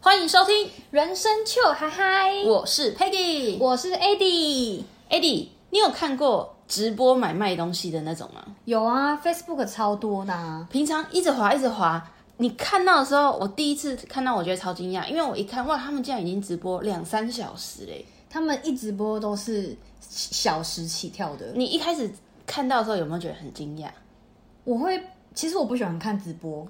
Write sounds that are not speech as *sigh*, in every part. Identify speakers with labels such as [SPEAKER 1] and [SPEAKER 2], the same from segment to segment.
[SPEAKER 1] 欢迎收听，
[SPEAKER 2] 人生就嗨嗨，
[SPEAKER 1] 我是 Peggy，
[SPEAKER 2] 我是 Adi。
[SPEAKER 1] Eddie，你有看过直播买卖东西的那种吗？
[SPEAKER 2] 有啊，Facebook 超多的、啊，
[SPEAKER 1] 平常一直滑一直滑，你看到的时候，我第一次看到我觉得超惊讶，因为我一看哇，他们竟然已经直播两三小时嘞！
[SPEAKER 2] 他们一直播都是小时起跳的。
[SPEAKER 1] 你一开始看到的时候有没有觉得很惊讶？
[SPEAKER 2] 我会，其实我不喜欢看直播，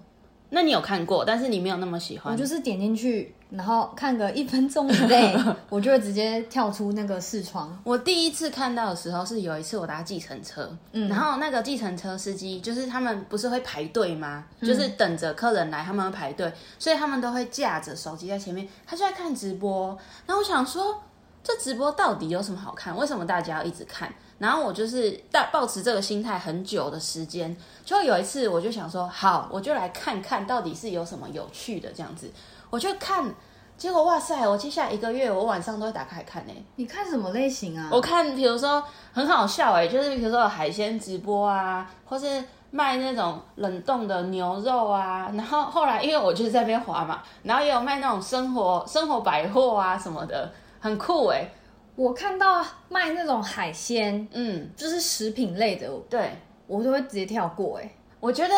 [SPEAKER 1] 那你有看过，但是你没有那么喜欢，
[SPEAKER 2] 我就是点进去，然后看个一分钟以内，我就会直接跳出那个视窗。
[SPEAKER 1] 我第一次看到的时候是有一次我搭计程车，然后那个计程车司机就是他们不是会排队吗？就是等着客人来，他们会排队，所以他们都会架着手机在前面，他就在看直播。然后我想说，这直播到底有什么好看？为什么大家要一直看？然后我就是大保持这个心态很久的时间，就有一次我就想说，好，我就来看看到底是有什么有趣的这样子，我就看。结果哇塞！我接下来一个月，我晚上都会打开来看呢、欸
[SPEAKER 2] 你看什么类型啊？
[SPEAKER 1] 我看，比如说很好笑哎、就是比如说有海鲜直播啊，或是卖那种冷冻的牛肉啊，然后后来因为我就是在那边滑嘛，然后也有卖那种生活生活百货啊什么的，很酷哎、
[SPEAKER 2] 我看到卖那种海鲜，
[SPEAKER 1] 嗯，
[SPEAKER 2] 就是食品类的，
[SPEAKER 1] 对，
[SPEAKER 2] 我都会直接跳过、欸。哎，
[SPEAKER 1] 我觉得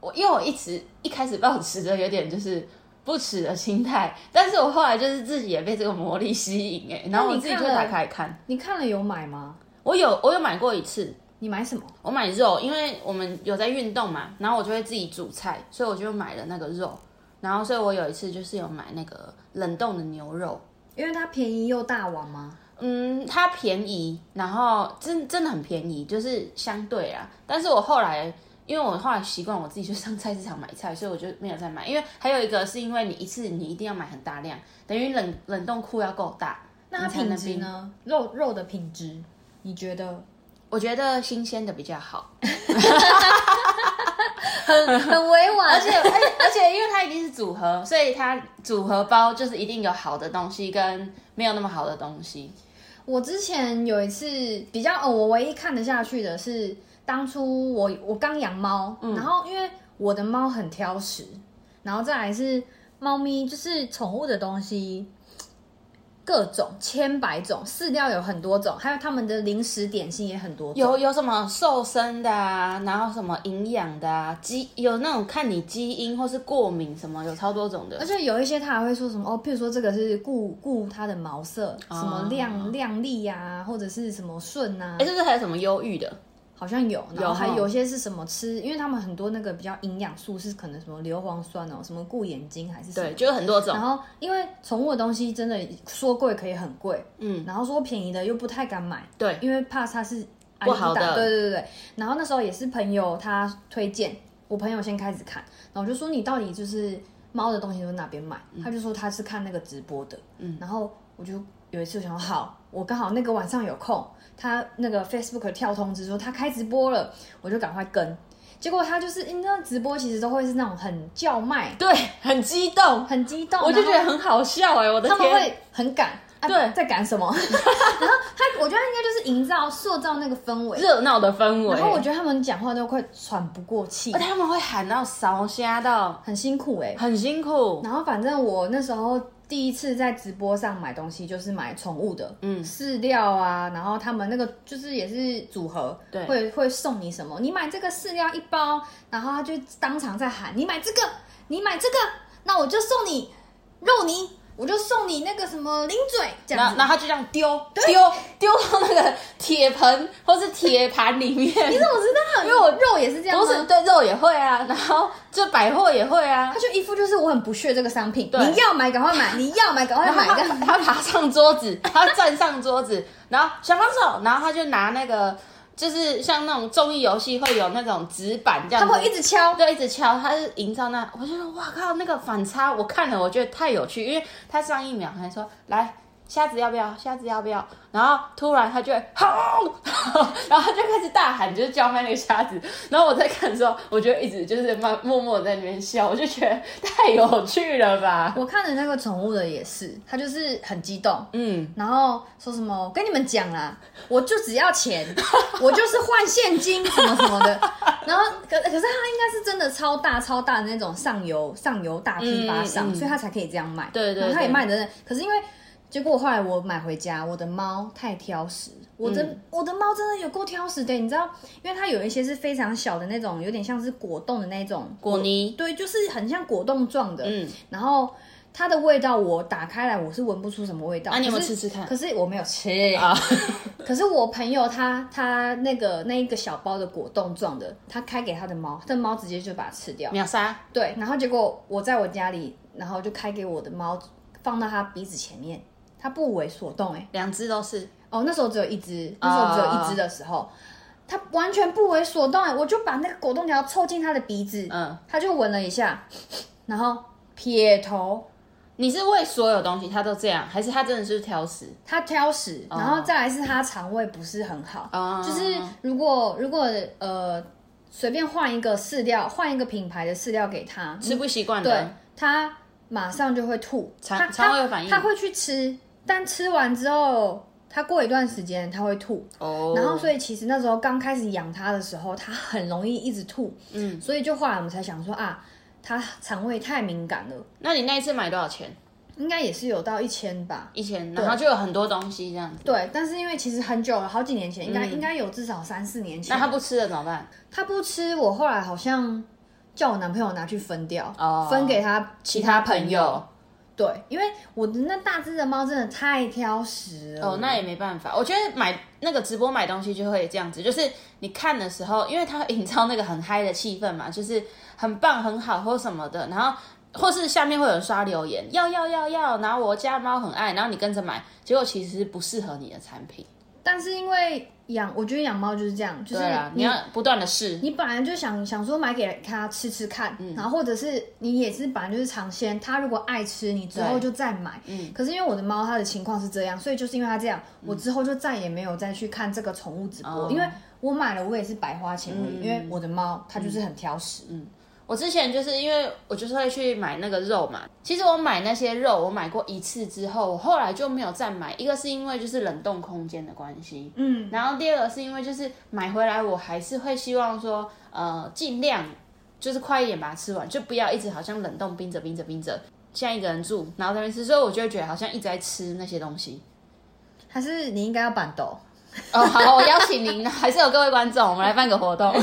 [SPEAKER 1] 我因为我一直一开始保持着有点就是。不耻的心态，但是我后来就是自己也被这个魔力吸引哎、然后我自己就打开来看，
[SPEAKER 2] 你看了有买吗？
[SPEAKER 1] 我有我有买过一次，
[SPEAKER 2] 你买什么？
[SPEAKER 1] 我买肉，因为我们有在运动嘛，然后我就会自己煮菜，所以我就买了那个肉。然后，所以我有一次就是有买那个冷冻的牛肉，
[SPEAKER 2] 因为它便宜又大碗吗？
[SPEAKER 1] 嗯，它便宜，然后真真的很便宜，就是相对啊。但是我后来，因为我后来习惯我自己去上菜市场买菜，所以我就没有再买。因为还有一个是因为你一次你一定要买很大量，等于冷冷冻库要够大。
[SPEAKER 2] 那它
[SPEAKER 1] 你才能
[SPEAKER 2] 品质
[SPEAKER 1] 冰？
[SPEAKER 2] 呢？肉肉的品质，你觉得
[SPEAKER 1] 我觉得新鲜的比较好。
[SPEAKER 2] 很委婉，
[SPEAKER 1] 而且而且而且，因为它一定是组合，所以它组合包就是一定有好的东西跟没有那么好的东西。
[SPEAKER 2] 我之前有一次比较，哦，我唯一看得下去的是当初我我刚养猫，然后因为我的猫很挑食，然后再来是猫咪就是宠物的东西。各种千百种饲料有很多种，还有他们的零食点心也很多种。
[SPEAKER 1] 有有什么瘦身的啊，然后什么营养的啊，基有那种看你基因或是过敏什么，有超多种
[SPEAKER 2] 而
[SPEAKER 1] 的。
[SPEAKER 2] 且有一些他还会说什么哦，譬如说这个是顾顾它的毛色，什么亮亮丽呀、或者是什么顺啊
[SPEAKER 1] 哎、，是不是还有什么忧郁的？
[SPEAKER 2] 好像有，然
[SPEAKER 1] 有
[SPEAKER 2] 后还
[SPEAKER 1] 哈
[SPEAKER 2] 有些是什么吃，因为他们很多那个比较营养素是可能什么硫磺酸哦，什么顾眼睛还是什么。
[SPEAKER 1] 对，就有很多种
[SPEAKER 2] 然。后因为宠物的东西真的说贵可以很贵，
[SPEAKER 1] 嗯，
[SPEAKER 2] 然后说便宜的又不太敢买，
[SPEAKER 1] 对，
[SPEAKER 2] 因为怕它是
[SPEAKER 1] 不好的
[SPEAKER 2] 安利打对对对对。然后那时候也是朋友他推荐，我朋友先开始看，然后我就说你到底就是猫的东西都哪边买？
[SPEAKER 1] 嗯
[SPEAKER 2] 他就说他是看那个直播的，嗯，然后我就有一次我想说好，我刚好那个晚上有空，他那个 Facebook 跳通知说他开直播了，我就赶快跟。结果他就是，你知道直播其实都会是那种很叫卖、
[SPEAKER 1] 对，很激动，
[SPEAKER 2] 很激动，
[SPEAKER 1] 我就觉得
[SPEAKER 2] 然后
[SPEAKER 1] 很好笑哎、我的
[SPEAKER 2] 他们
[SPEAKER 1] 天，
[SPEAKER 2] 会很赶。啊、
[SPEAKER 1] 对
[SPEAKER 2] 在赶什么？ *laughs* 然后他，我觉得他应该就是营造、塑造那个氛围，
[SPEAKER 1] 热闹的氛围。
[SPEAKER 2] 然后我觉得他们讲话都快喘不过气
[SPEAKER 1] 而，且他们会喊到烧瞎到，
[SPEAKER 2] 很辛苦哎、
[SPEAKER 1] 很辛苦。
[SPEAKER 2] 然后反正我那时候第一次在直播上买东西，就是买宠物的，
[SPEAKER 1] 嗯
[SPEAKER 2] 饲料啊，然后他们那个就是也是组合，
[SPEAKER 1] 对
[SPEAKER 2] 会会送你什么？你买这个饲料一包，然后他就当场在喊，你买这个，你买这个，那我就送你肉泥，我就送你那个什么零嘴，这
[SPEAKER 1] 然
[SPEAKER 2] 样
[SPEAKER 1] 后，
[SPEAKER 2] 子。
[SPEAKER 1] 然后他就这样丢丢丢到那个铁盆或是铁盘里面，
[SPEAKER 2] *laughs* 你怎么知道？因为我肉也是这样
[SPEAKER 1] 不
[SPEAKER 2] 吗，
[SPEAKER 1] 是对肉也会啊，然后就百货也会啊
[SPEAKER 2] 他。就一副就是我很不屑这个商品，
[SPEAKER 1] 对
[SPEAKER 2] 你要买赶快 *laughs* 买，你要买赶快
[SPEAKER 1] 然后
[SPEAKER 2] 买
[SPEAKER 1] 他
[SPEAKER 2] 这样。
[SPEAKER 1] 他爬上桌子，他站上桌子， *laughs* 然后小帮手，然后他就拿那个，就是像那种综艺游戏会有那种纸板这样
[SPEAKER 2] 他
[SPEAKER 1] 子，
[SPEAKER 2] 会一直敲，
[SPEAKER 1] 对，一直敲，他是营造那，我就说哇靠，那个反差我看了，我觉得太有趣，因为他上一秒还说来虾子要不要？虾子要不要？然后突然他就会好， *laughs* 然后他就开始大喊，就是叫卖那个虾子。然后我在看的时候，我就一直就是默默默在那边笑，我就觉得太有趣了吧。
[SPEAKER 2] 我看的那个宠物的也是，他就是很激动，
[SPEAKER 1] 嗯，
[SPEAKER 2] 然后说什么我跟你们讲啦， *laughs* 我就只要钱， *laughs* 我就是换现金什么什么
[SPEAKER 1] *laughs*
[SPEAKER 2] 的。然后可可是他应该是真的超大超大的那种上游上游大批发商，
[SPEAKER 1] 嗯嗯
[SPEAKER 2] 所以他才可以这样卖。
[SPEAKER 1] 对对
[SPEAKER 2] 然后他也
[SPEAKER 1] 对
[SPEAKER 2] 卖的，可是因为结果后来我买回家，我的猫太挑食，我的、
[SPEAKER 1] 嗯
[SPEAKER 2] 我的猫真的有够挑食的，你知道，因为它有一些是非常小的那种，有点像是果冻的那种
[SPEAKER 1] 果泥，
[SPEAKER 2] 对，就是很像果冻状的，
[SPEAKER 1] 嗯，
[SPEAKER 2] 然后它的味道我打开来我是闻不出什么味道。
[SPEAKER 1] 啊，你有没有
[SPEAKER 2] 可是
[SPEAKER 1] 吃吃看？
[SPEAKER 2] 可是我没有吃
[SPEAKER 1] 啊，
[SPEAKER 2] *laughs* 可是我朋友他他那个那一个小包的果冻状的，他开给他的猫，他的猫直接就把它吃掉。
[SPEAKER 1] 秒杀，
[SPEAKER 2] 对，然后结果我在我家里，然后就开给我的猫，放到它鼻子前面，它不为所动、欸。哎，
[SPEAKER 1] 两只都是，
[SPEAKER 2] 哦，那时候只有一只，
[SPEAKER 1] 啊
[SPEAKER 2] 那时候只有一只的时候，它完全不为所动、欸。我就把那个果冻条凑近它的鼻子，
[SPEAKER 1] 嗯，
[SPEAKER 2] 它就闻了一下，然后撇头，
[SPEAKER 1] 你是喂所有东西它都这样，还是它真的是挑食？
[SPEAKER 2] 它挑食，然后再来是它肠胃不是很好，
[SPEAKER 1] 哦
[SPEAKER 2] 就是如果如果呃随便换一个饲料，换一个品牌的饲料给它，
[SPEAKER 1] 吃不习惯
[SPEAKER 2] 对
[SPEAKER 1] 的，，
[SPEAKER 2] 它马上就会吐，
[SPEAKER 1] 肠
[SPEAKER 2] 它
[SPEAKER 1] 肠胃有反应
[SPEAKER 2] 它会去吃，但吃完之后，它过一段时间它会吐。
[SPEAKER 1] 哦
[SPEAKER 2] 然后，所以其实那时候刚开始养它的时候，它很容易一直吐，
[SPEAKER 1] 嗯，
[SPEAKER 2] 所以就后来我们才想说啊，它肠胃太敏感了，
[SPEAKER 1] 那你那一次买多少钱？
[SPEAKER 2] 应该也是有到一千吧。
[SPEAKER 1] 一千，然后就有很多东西这样子。
[SPEAKER 2] 对，但是因为其实很久了，好几年前，应该、应该有至少三四年前。
[SPEAKER 1] 嗯那它不吃了怎么办？
[SPEAKER 2] 它不吃，我后来好像叫我男朋友拿去分掉，
[SPEAKER 1] 哦
[SPEAKER 2] 分给他其
[SPEAKER 1] 其
[SPEAKER 2] 他
[SPEAKER 1] 他
[SPEAKER 2] 朋
[SPEAKER 1] 朋
[SPEAKER 2] 友
[SPEAKER 1] 友。
[SPEAKER 2] 对，因为我的那大只的猫真的太挑食了。
[SPEAKER 1] 哦，那也没办法。我觉得买那个直播买东西就会这样子，就是你看的时候，因为它会营造那个很嗨的气氛嘛， *laughs* 就是很棒、很好或什么的，然后或是下面会有人刷留言，要要要要，然后我家猫很爱，然后你跟着买，结果其实是不适合你的产品。
[SPEAKER 2] 但是因为养，我觉得养猫就是这样，就是
[SPEAKER 1] 对啊，你
[SPEAKER 2] 你
[SPEAKER 1] 要不断的试。
[SPEAKER 2] 你本来就想想说买给它吃吃看，
[SPEAKER 1] 嗯
[SPEAKER 2] 然后或者是你也是本来就是尝鲜，它如果爱吃，你之后
[SPEAKER 1] 对嗯
[SPEAKER 2] 就再买。可是因为我的猫它的情况是这样，所以就是因为它这样，我之后就再也没有再去看这个宠物直播，
[SPEAKER 1] 哦嗯
[SPEAKER 2] 因为我买了我也是白花钱而已，因为我的猫它就是很挑食。
[SPEAKER 1] 我之前就是因为我就是会去买那个肉嘛，其实我买那些肉，我买过一次之后，我后来就没有再买。一个是因为就是冷冻空间的关系，
[SPEAKER 2] 嗯，
[SPEAKER 1] 然后第二个是因为就是买回来我还是会希望说，呃，尽量就是快一点把它吃完，就不要一直好像冷冻冰着冰着冰着，现在一个人住，然后在那边吃，所以我就会觉得好像一直在吃那些东西。
[SPEAKER 2] 还是你应该要板豆。
[SPEAKER 1] 哦，好，我邀请您， *laughs* 还是有各位观众，我们来办个活动。 *laughs*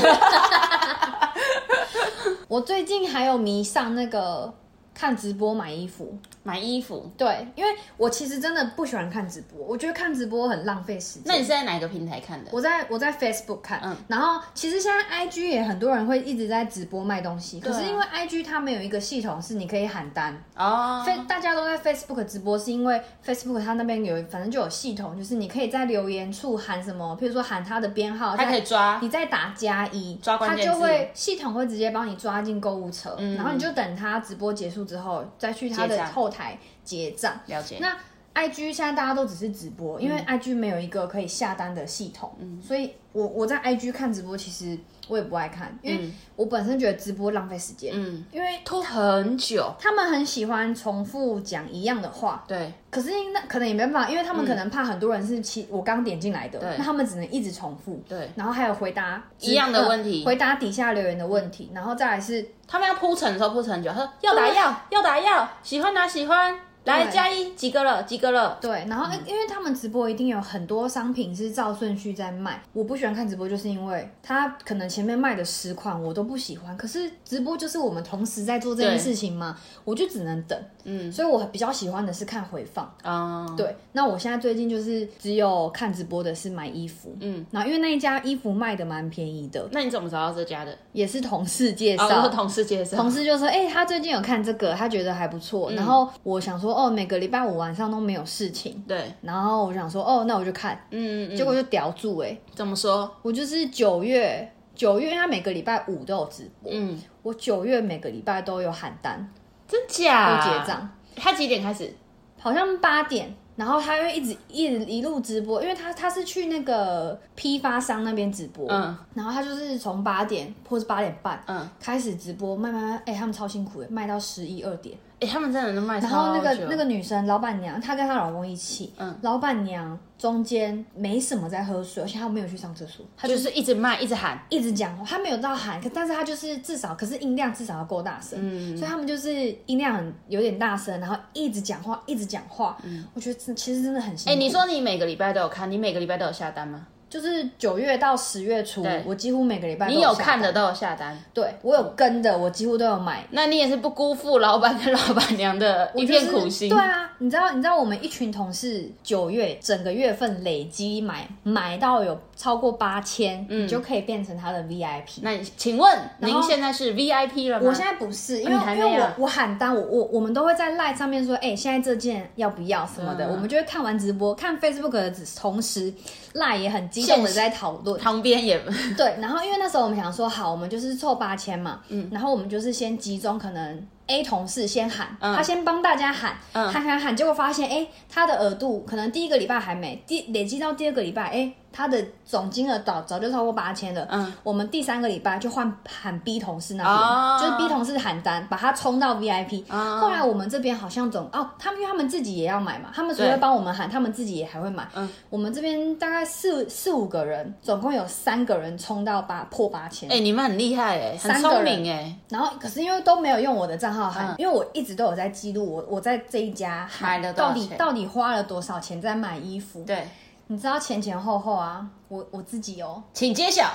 [SPEAKER 2] 我最近还有迷上那个看直播买衣服，
[SPEAKER 1] 买衣服，
[SPEAKER 2] 对，因为我其实真的不喜欢看直播，我觉得看直播很浪费时间。
[SPEAKER 1] 那你是在哪个平台看的？
[SPEAKER 2] 我在我在 Facebook 看，
[SPEAKER 1] 嗯
[SPEAKER 2] 然后其实现在 IG 也很多人会一直在直播卖东西，可
[SPEAKER 1] 对啊
[SPEAKER 2] 是因为 IG 它没有一个系统是你可以喊单，
[SPEAKER 1] 哦，
[SPEAKER 2] 非、大家都在 Facebook 直播，是因为 Facebook 它那边有反正就有系统，就是你可以在留言处喊什么，譬如说喊它的编号，
[SPEAKER 1] 还可以
[SPEAKER 2] 再
[SPEAKER 1] 抓
[SPEAKER 2] 你再打加一，
[SPEAKER 1] 抓
[SPEAKER 2] 它
[SPEAKER 1] 关键
[SPEAKER 2] 就
[SPEAKER 1] 字嗯
[SPEAKER 2] 会系统会直接帮你抓进购物车，然后你就等它直播结束之后再去它
[SPEAKER 1] 结
[SPEAKER 2] 的
[SPEAKER 1] 账
[SPEAKER 2] 后台结账，
[SPEAKER 1] 了解。
[SPEAKER 2] 那 IG 现在大家都只是直播，因为
[SPEAKER 1] 嗯
[SPEAKER 2] IG 没有一个可以下单的系统，所以我我在 IG 看直播，其实我也不爱看，因为我本身觉得直播浪费时间，
[SPEAKER 1] 嗯，
[SPEAKER 2] 因为
[SPEAKER 1] 拖很久，
[SPEAKER 2] 他们很喜欢重复讲一样的话，
[SPEAKER 1] 对，
[SPEAKER 2] 可是那可能也没办法，因为他
[SPEAKER 1] 嗯
[SPEAKER 2] 们可能怕很多人是其我刚点进来的，那他们只能一直重复，
[SPEAKER 1] 对，
[SPEAKER 2] 然后还有回答
[SPEAKER 1] 一样的问题
[SPEAKER 2] 呃回答底下留言的问题，然后再来是
[SPEAKER 1] 他们要铺陈的时候铺陈很久，他说要打
[SPEAKER 2] 对
[SPEAKER 1] 要要打要，喜欢拿喜欢，来
[SPEAKER 2] 对
[SPEAKER 1] 加一几个了几个了，
[SPEAKER 2] 对，然后、
[SPEAKER 1] 嗯
[SPEAKER 2] 因为他们直播一定有很多商品是照顺序在卖。我不喜欢看直播，就是因为他可能前面卖的十款我都不喜欢，可是直播就是我们同时在做这件
[SPEAKER 1] 对
[SPEAKER 2] 事情嘛，我就只能等。嗯，所以我比较喜欢的是看回放。
[SPEAKER 1] 嗯，
[SPEAKER 2] 对，那我现在最近就是只有看直播的是买衣服，嗯，然后因为那一家衣服卖的蛮便宜的，
[SPEAKER 1] 那你怎么找到这家的？
[SPEAKER 2] 也是同事介绍，
[SPEAKER 1] 哦，我同事介绍，
[SPEAKER 2] 同事就说：“哎、他最近有看这个，他觉得还不错。
[SPEAKER 1] 嗯
[SPEAKER 2] 然后我想说：“哦，每个礼拜五晚上都没有事情，
[SPEAKER 1] 对，
[SPEAKER 2] 然后我想说，哦，那我就看，
[SPEAKER 1] 嗯，嗯嗯
[SPEAKER 2] 结果就屌住哎、
[SPEAKER 1] 怎么说？
[SPEAKER 2] 我就是九月，九月因为他每个礼拜五都有直播，
[SPEAKER 1] 嗯，
[SPEAKER 2] 我九月每个礼拜都有喊单，
[SPEAKER 1] 真
[SPEAKER 2] 都
[SPEAKER 1] 假？
[SPEAKER 2] 结账，
[SPEAKER 1] 他几点开始？
[SPEAKER 2] 好像八点然后他会一直一直一路直播，因为他他是去那个批发商那边直播，
[SPEAKER 1] 嗯，
[SPEAKER 2] 然后他就是从八点或是八点半，
[SPEAKER 1] 嗯，
[SPEAKER 2] 开始直播，慢慢慢，哎、他们超辛苦的，卖到十一二点。
[SPEAKER 1] 哎、他们真的能卖超
[SPEAKER 2] 然
[SPEAKER 1] 久。
[SPEAKER 2] 后那个那个女生老板娘，她跟她老公一起，
[SPEAKER 1] 嗯，
[SPEAKER 2] 老板娘中间没什么在喝水，而且她没有去上厕所，她就
[SPEAKER 1] 就是一直卖，一直喊，
[SPEAKER 2] 一直讲话，她没有到喊，可但是她就是至少，可是音量至少要够大声，
[SPEAKER 1] 嗯
[SPEAKER 2] 所以他们就是音量很有点大声，然后一直讲话，一直讲话，我觉得真其实真的很辛
[SPEAKER 1] 嗯
[SPEAKER 2] 苦。
[SPEAKER 1] 哎、你说你每个礼拜都有看，你每个礼拜都有下单吗？
[SPEAKER 2] 就是九月到十月初
[SPEAKER 1] 对，
[SPEAKER 2] 我几乎每个礼拜都
[SPEAKER 1] 你有
[SPEAKER 2] 下
[SPEAKER 1] 看的
[SPEAKER 2] 单，
[SPEAKER 1] 都有下单，
[SPEAKER 2] 对我有跟的，我几乎都有买。
[SPEAKER 1] 那你也是不辜负老板跟老板娘的一片苦心。
[SPEAKER 2] 就是对啊，你知道，你知道我们一群同事九月整个月份累积买买到有超过八千、
[SPEAKER 1] 嗯
[SPEAKER 2] 你就可以变成他的 VIP。
[SPEAKER 1] 那请问
[SPEAKER 2] 然
[SPEAKER 1] 您
[SPEAKER 2] 后
[SPEAKER 1] 现在是 VIP 了吗？
[SPEAKER 2] 我现在不是，因为、
[SPEAKER 1] 你还
[SPEAKER 2] 因
[SPEAKER 1] 没
[SPEAKER 2] 为
[SPEAKER 1] 啊
[SPEAKER 2] 我我喊单，我我我们都会在 Line 上面说，哎、现在这件要不要什么的，
[SPEAKER 1] 嗯
[SPEAKER 2] 我们就会看完直播，看 Facebook 的同时，Line 也很激动的在讨论。
[SPEAKER 1] 旁边也
[SPEAKER 2] *laughs* 对，然后因为那时候我们想说，好，我们就是凑八千嘛，嗯，然后我们就是先集中，可能 A 同事先喊，
[SPEAKER 1] 嗯
[SPEAKER 2] 他先帮大家喊，
[SPEAKER 1] 嗯
[SPEAKER 2] 喊喊喊，结果发现，哎，他的额度可能第一个礼拜还没，第累积到第二个礼拜，哎，他的总金额早早就超过八千了，
[SPEAKER 1] 嗯，
[SPEAKER 2] 我们第三个礼拜就换喊 B 同事那边，
[SPEAKER 1] 哦
[SPEAKER 2] 就是 B 同事喊单，把他冲到 VIP，、
[SPEAKER 1] 哦
[SPEAKER 2] 后来我们这边好像总哦，他们因为他们自己也要买嘛，他们除
[SPEAKER 1] 对
[SPEAKER 2] 了帮我们喊，他们自己也还会买，
[SPEAKER 1] 嗯
[SPEAKER 2] 我们这边大概四四五个人，总共有三个人冲到八破八千、
[SPEAKER 1] 哎、你们很厉害哎、很
[SPEAKER 2] 三个
[SPEAKER 1] 聪
[SPEAKER 2] 人
[SPEAKER 1] 明哎、
[SPEAKER 2] 然后可是因为都没有用我的账号喊，
[SPEAKER 1] 嗯
[SPEAKER 2] 因为我一直都有在记录我我在这一家喊
[SPEAKER 1] 买了多少
[SPEAKER 2] 到底
[SPEAKER 1] 钱
[SPEAKER 2] 到底花了多少钱在买衣服，
[SPEAKER 1] 对，
[SPEAKER 2] 你知道前前后后啊，我我自己哦，
[SPEAKER 1] 请揭晓，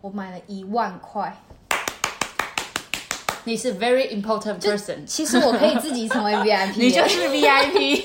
[SPEAKER 2] 我买了一万块，
[SPEAKER 1] 你是 very important person，
[SPEAKER 2] 其实我可以自己
[SPEAKER 1] *laughs*
[SPEAKER 2] 成为 VIP，
[SPEAKER 1] 你就
[SPEAKER 2] 耶
[SPEAKER 1] 是 *laughs* VIP，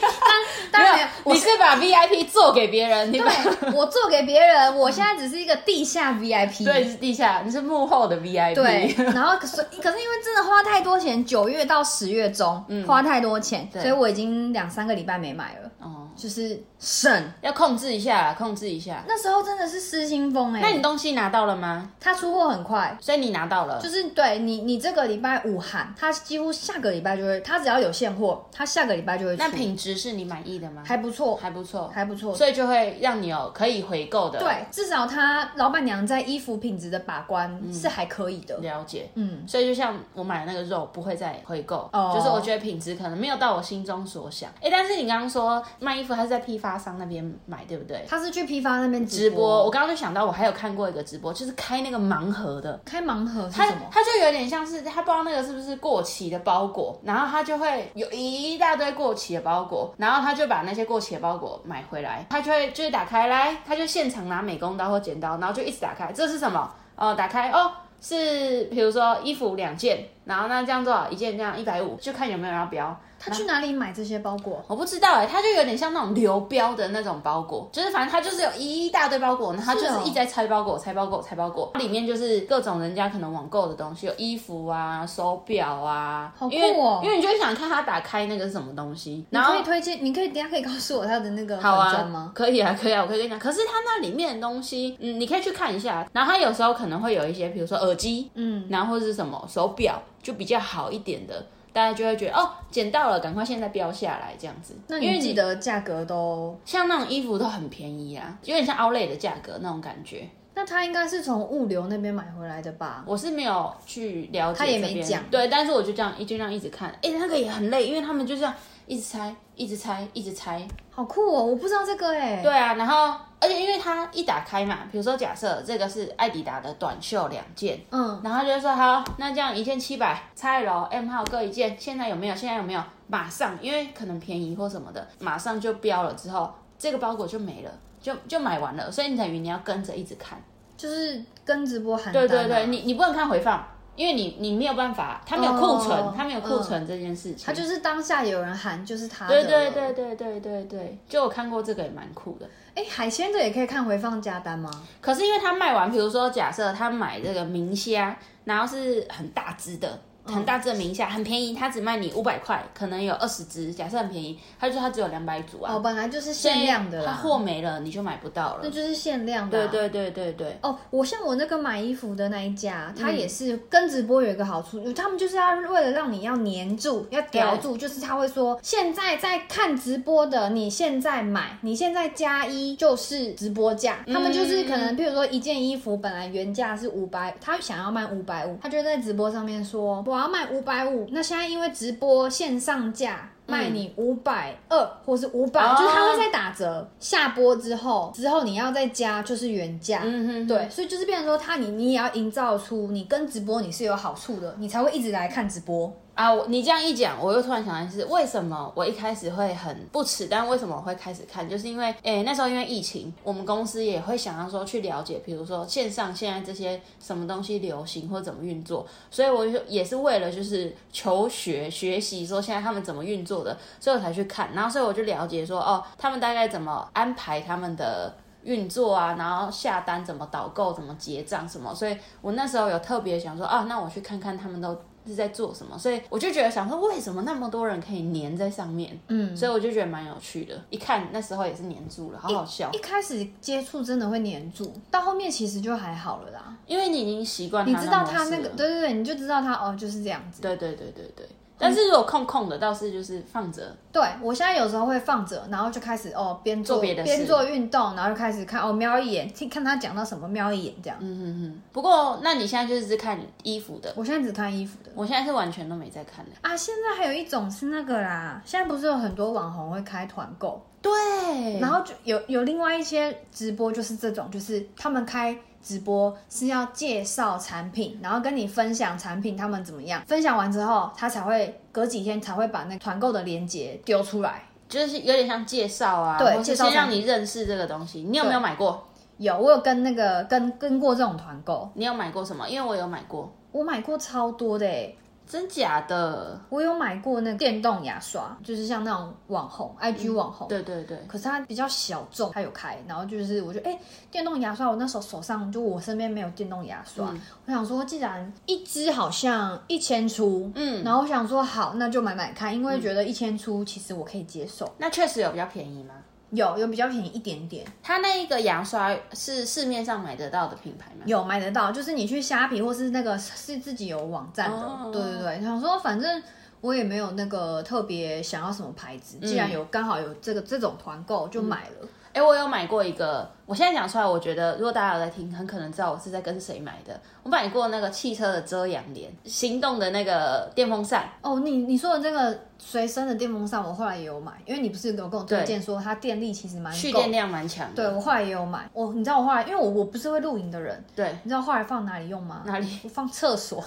[SPEAKER 2] 当然没有，
[SPEAKER 1] 你
[SPEAKER 2] 我
[SPEAKER 1] 是把 VIP 做给别人，你把 *laughs*
[SPEAKER 2] 对我做给别人，我现在只是一个地下 VIP，
[SPEAKER 1] 对，是地下，你是幕后的 VIP。
[SPEAKER 2] 对， *laughs* 然后可是可是因为真的花太多钱，九月到十月中、花太多钱，
[SPEAKER 1] 对
[SPEAKER 2] 所以我已经两三个礼拜没买了，
[SPEAKER 1] 哦，
[SPEAKER 2] 就是省。
[SPEAKER 1] 要控制一下啦，控制一下。
[SPEAKER 2] 那时候真的是失心疯哎、
[SPEAKER 1] 那你东西拿到了吗？
[SPEAKER 2] 他出货很快，
[SPEAKER 1] 所以你拿到了，
[SPEAKER 2] 就是对你你这个礼拜五喊，他几乎下个礼拜就会，他只要有现货，他下个礼拜就会出。
[SPEAKER 1] 那品质是你满意的吗？
[SPEAKER 2] 还不错，
[SPEAKER 1] 还不错，
[SPEAKER 2] 还不错。
[SPEAKER 1] 所以就会让你有可以回购的
[SPEAKER 2] 对，至少他老板娘在衣服品质的把关是还可以的。
[SPEAKER 1] 了解。
[SPEAKER 2] 嗯，
[SPEAKER 1] 所以就像我买的那个肉不会再回购，
[SPEAKER 2] 哦
[SPEAKER 1] 就是我觉得品质可能没有到我心中所想。哎、但是你刚刚说卖衣服，它是在批发商那边买，对不对？
[SPEAKER 2] 他是去批发那边
[SPEAKER 1] 直
[SPEAKER 2] 直
[SPEAKER 1] 播，我刚刚就想到，我还有看过一个直播，就是开那个盲盒的，
[SPEAKER 2] 开盲盒是
[SPEAKER 1] 它
[SPEAKER 2] 什么？
[SPEAKER 1] 它就有点像是它不知道那个是不是过期的包裹，然后它就会有一大堆过期的包裹，然后他就把那些过期的包裹买回来，他就会就是打开来，他就现场拿美工刀或剪刀，然后就一直打开，这是什么？哦，打开哦。是，比如说衣服两件，然后那这样多少一件这样一百五，就看有没有人要标。
[SPEAKER 2] 他去哪里买这些包裹？啊
[SPEAKER 1] 我不知道哎、欸，它就有点像那种流标的那种包裹，就是反正它就是有一大堆包裹，然后它
[SPEAKER 2] 哦
[SPEAKER 1] 就是一直在拆包裹、拆包裹、拆包裹，里面就是各种人家可能网购的东西，有衣服啊、手表啊，
[SPEAKER 2] 好酷哦
[SPEAKER 1] 因为因为你就会想看它打开那个是什么东西，然后
[SPEAKER 2] 你可以推荐，你可以等一下可以告诉我他的那个
[SPEAKER 1] 好
[SPEAKER 2] 粉砖
[SPEAKER 1] 啊
[SPEAKER 2] 吗，？
[SPEAKER 1] 可以啊，可以啊，我可以跟你讲。可是它那里面的东西，嗯，你可以去看一下。然后它有时候可能会有一些，比如说耳机，
[SPEAKER 2] 嗯，
[SPEAKER 1] 然后或者是什么手表，就比较好一点的，大家就会觉得哦，捡到了，赶快现在标下来这样子。
[SPEAKER 2] 那
[SPEAKER 1] 因为
[SPEAKER 2] 你记得价格都？
[SPEAKER 1] 像那种衣服都很便宜啊，有点像 Outlet 的价格那种感觉。
[SPEAKER 2] 那他应该是从物流那边买回来的吧？
[SPEAKER 1] 我是没有去了解，
[SPEAKER 2] 他也没讲
[SPEAKER 1] 对，但是我就这样一就这样一直看，哎、那个也很累，因为他们就这样一直拆，一直拆，一直拆。
[SPEAKER 2] 好酷哦！我不知道这个哎、
[SPEAKER 1] 对啊，然后而且因为它一打开嘛，比如说假设这个是艾迪达的短袖两件，
[SPEAKER 2] 嗯，
[SPEAKER 1] 然后他就说好，那这样一件七百，拆楼 M 号各一件，现在有没有？现在有没有？马上，因为可能便宜或什么的，马上就标了之后，这个包裹就没了，就就买完了，所以你等于你要跟着一直看。
[SPEAKER 2] 就是跟直播喊
[SPEAKER 1] 对
[SPEAKER 2] 单、
[SPEAKER 1] 对对，，你你不能看回放，因为你你没有办法，它没有库存，
[SPEAKER 2] 哦
[SPEAKER 1] 它没有库存这件事情。
[SPEAKER 2] 他就是当下有人喊，就是他
[SPEAKER 1] 对
[SPEAKER 2] 的
[SPEAKER 1] 对
[SPEAKER 2] 了。
[SPEAKER 1] 对对对对对，就我看过这个也蛮酷的。
[SPEAKER 2] 哎、海鲜的也可以看回放加单吗？
[SPEAKER 1] 可是因为他卖完，比如说假设他买这个明虾，然后是很大只的，很大证明一下，很便宜，它只卖你五百块，可能有二十只，假设很便宜，它就说它只有两百组啊
[SPEAKER 2] 哦，，本来就是限量的
[SPEAKER 1] 它
[SPEAKER 2] 啦，
[SPEAKER 1] 货没了你就买不到了
[SPEAKER 2] 那。就是限量的、啊
[SPEAKER 1] 对。对对对对，嗯
[SPEAKER 2] 哦，我像我那个买衣服的那一家，它也是跟直播有一个好处，他们就是要为了让你要黏住、要叼住，就是他会说现在在看直播的，你现在买，你现在加一就是直播价。他们就是可
[SPEAKER 1] 嗯
[SPEAKER 2] 能，譬如说一件衣服本来原价是五百，他想要卖五百五，他就在直播上面说我要卖五百五，那现在因为直播线上价。卖你五百二或是五百、
[SPEAKER 1] 嗯哦
[SPEAKER 2] 就是他会再打折。下播之后，之后你要再加就是原价，
[SPEAKER 1] 嗯哼，
[SPEAKER 2] 对，所以就是变成说他你你也要营造出你跟直播你是有好处的，你才会一直来看直播。
[SPEAKER 1] 啊，我你这样一讲，我又突然想的是，为什么我一开始会很不耻，但为什么我会开始看，就是因为，诶、那时候因为疫情，我们公司也会想要说去了解，比如说线上现在这些什么东西流行或怎么运作，所以我就也是为了就是求学学习，说现在他们怎么运作的，所以我才去看，然后所以我就了解说，哦，他们大概怎么安排他们的运作啊，然后下单怎么导购、怎么结账什么，所以我那时候有特别想说啊，那我去看看他们都是在做什么，所以我就觉得想说，为什么那么多人可以粘在上面？嗯，所以我就觉得蛮有趣的。一看那时候也是粘住了，好好笑
[SPEAKER 2] 一，开始接触真的会黏住，到后面其实就还好了啦。
[SPEAKER 1] 因为你已经习惯
[SPEAKER 2] 你知道
[SPEAKER 1] 的
[SPEAKER 2] 他
[SPEAKER 1] 模
[SPEAKER 2] 那
[SPEAKER 1] 式
[SPEAKER 2] 个，
[SPEAKER 1] 了
[SPEAKER 2] 对对对，你就知道他哦就是这样
[SPEAKER 1] 啊
[SPEAKER 2] 子。
[SPEAKER 1] 对对对对对。但是如果空空的，倒是就是放着，
[SPEAKER 2] 对我现在有时候会放着，然后就开始哦边做
[SPEAKER 1] 做别的事
[SPEAKER 2] 边做运动，然后就开始看哦瞄一眼，听看他讲到什么瞄一眼这样。
[SPEAKER 1] 嗯哼哼。不过，那你现在就是只看衣服的，
[SPEAKER 2] 我现在只看衣服的。
[SPEAKER 1] 我现在是完全都没在看的。
[SPEAKER 2] 啊，现在还有一种是那个啦，现在不是有很多网红会开团购，
[SPEAKER 1] 对，
[SPEAKER 2] 然后就有有另外一些直播，就是这种，就是他们开直播是要介绍产品，然后跟你分享产品他们怎么样，分享完之后，他才会隔几天才会把那个团购的链接丢出来。
[SPEAKER 1] 就是有点像介绍啊，
[SPEAKER 2] 对
[SPEAKER 1] 或是
[SPEAKER 2] 介绍
[SPEAKER 1] 先让
[SPEAKER 2] 产
[SPEAKER 1] 你认识这个东西。你有没有买过？
[SPEAKER 2] 有，我有跟那个跟跟过这种团购，
[SPEAKER 1] 你有买过什么？因为我有买过，
[SPEAKER 2] 我买过超多的欸
[SPEAKER 1] 真假的？
[SPEAKER 2] 我有买过那个电动牙刷，就是像那种网红 IG 网红。
[SPEAKER 1] 对对对，
[SPEAKER 2] 可是它比较小众，它有开，然后就是我觉得，哎、电动牙刷，我那时候手上就我身边没有电动牙刷，我想说，既然一支好像一千出，嗯，然后我想说好，那就买买看，因为觉得一千出其实我可以接受，
[SPEAKER 1] 那确实有比较便宜吗？
[SPEAKER 2] 有有比较便宜一点点，
[SPEAKER 1] 它那一个牙刷是市面上买得到的品牌吗？
[SPEAKER 2] 有买得到，就是你去虾皮或是那个是自己有网站的，
[SPEAKER 1] 哦
[SPEAKER 2] 对对对，想说反正。我也没有那个特别想要什么牌子，既然有刚好有这个这种团购就买了。
[SPEAKER 1] 哎、我有买过一个，我现在讲出来，我觉得如果大家有在听，很可能知道我是在跟谁买的。我买过那个汽车的遮阳帘，行动的那个电风扇，
[SPEAKER 2] 哦，你你说的这个随身的电风扇，我后来也有买，因为你不是有跟我推荐说它电力其实蛮够。
[SPEAKER 1] 蓄电量蛮强
[SPEAKER 2] 对，
[SPEAKER 1] 的。
[SPEAKER 2] 我后来也有买。我你知道我后来，因为我我不是会露营的人，
[SPEAKER 1] 对对，
[SPEAKER 2] 你知道后来放哪里用吗？
[SPEAKER 1] 哪里？ *laughs*
[SPEAKER 2] 我放厕所，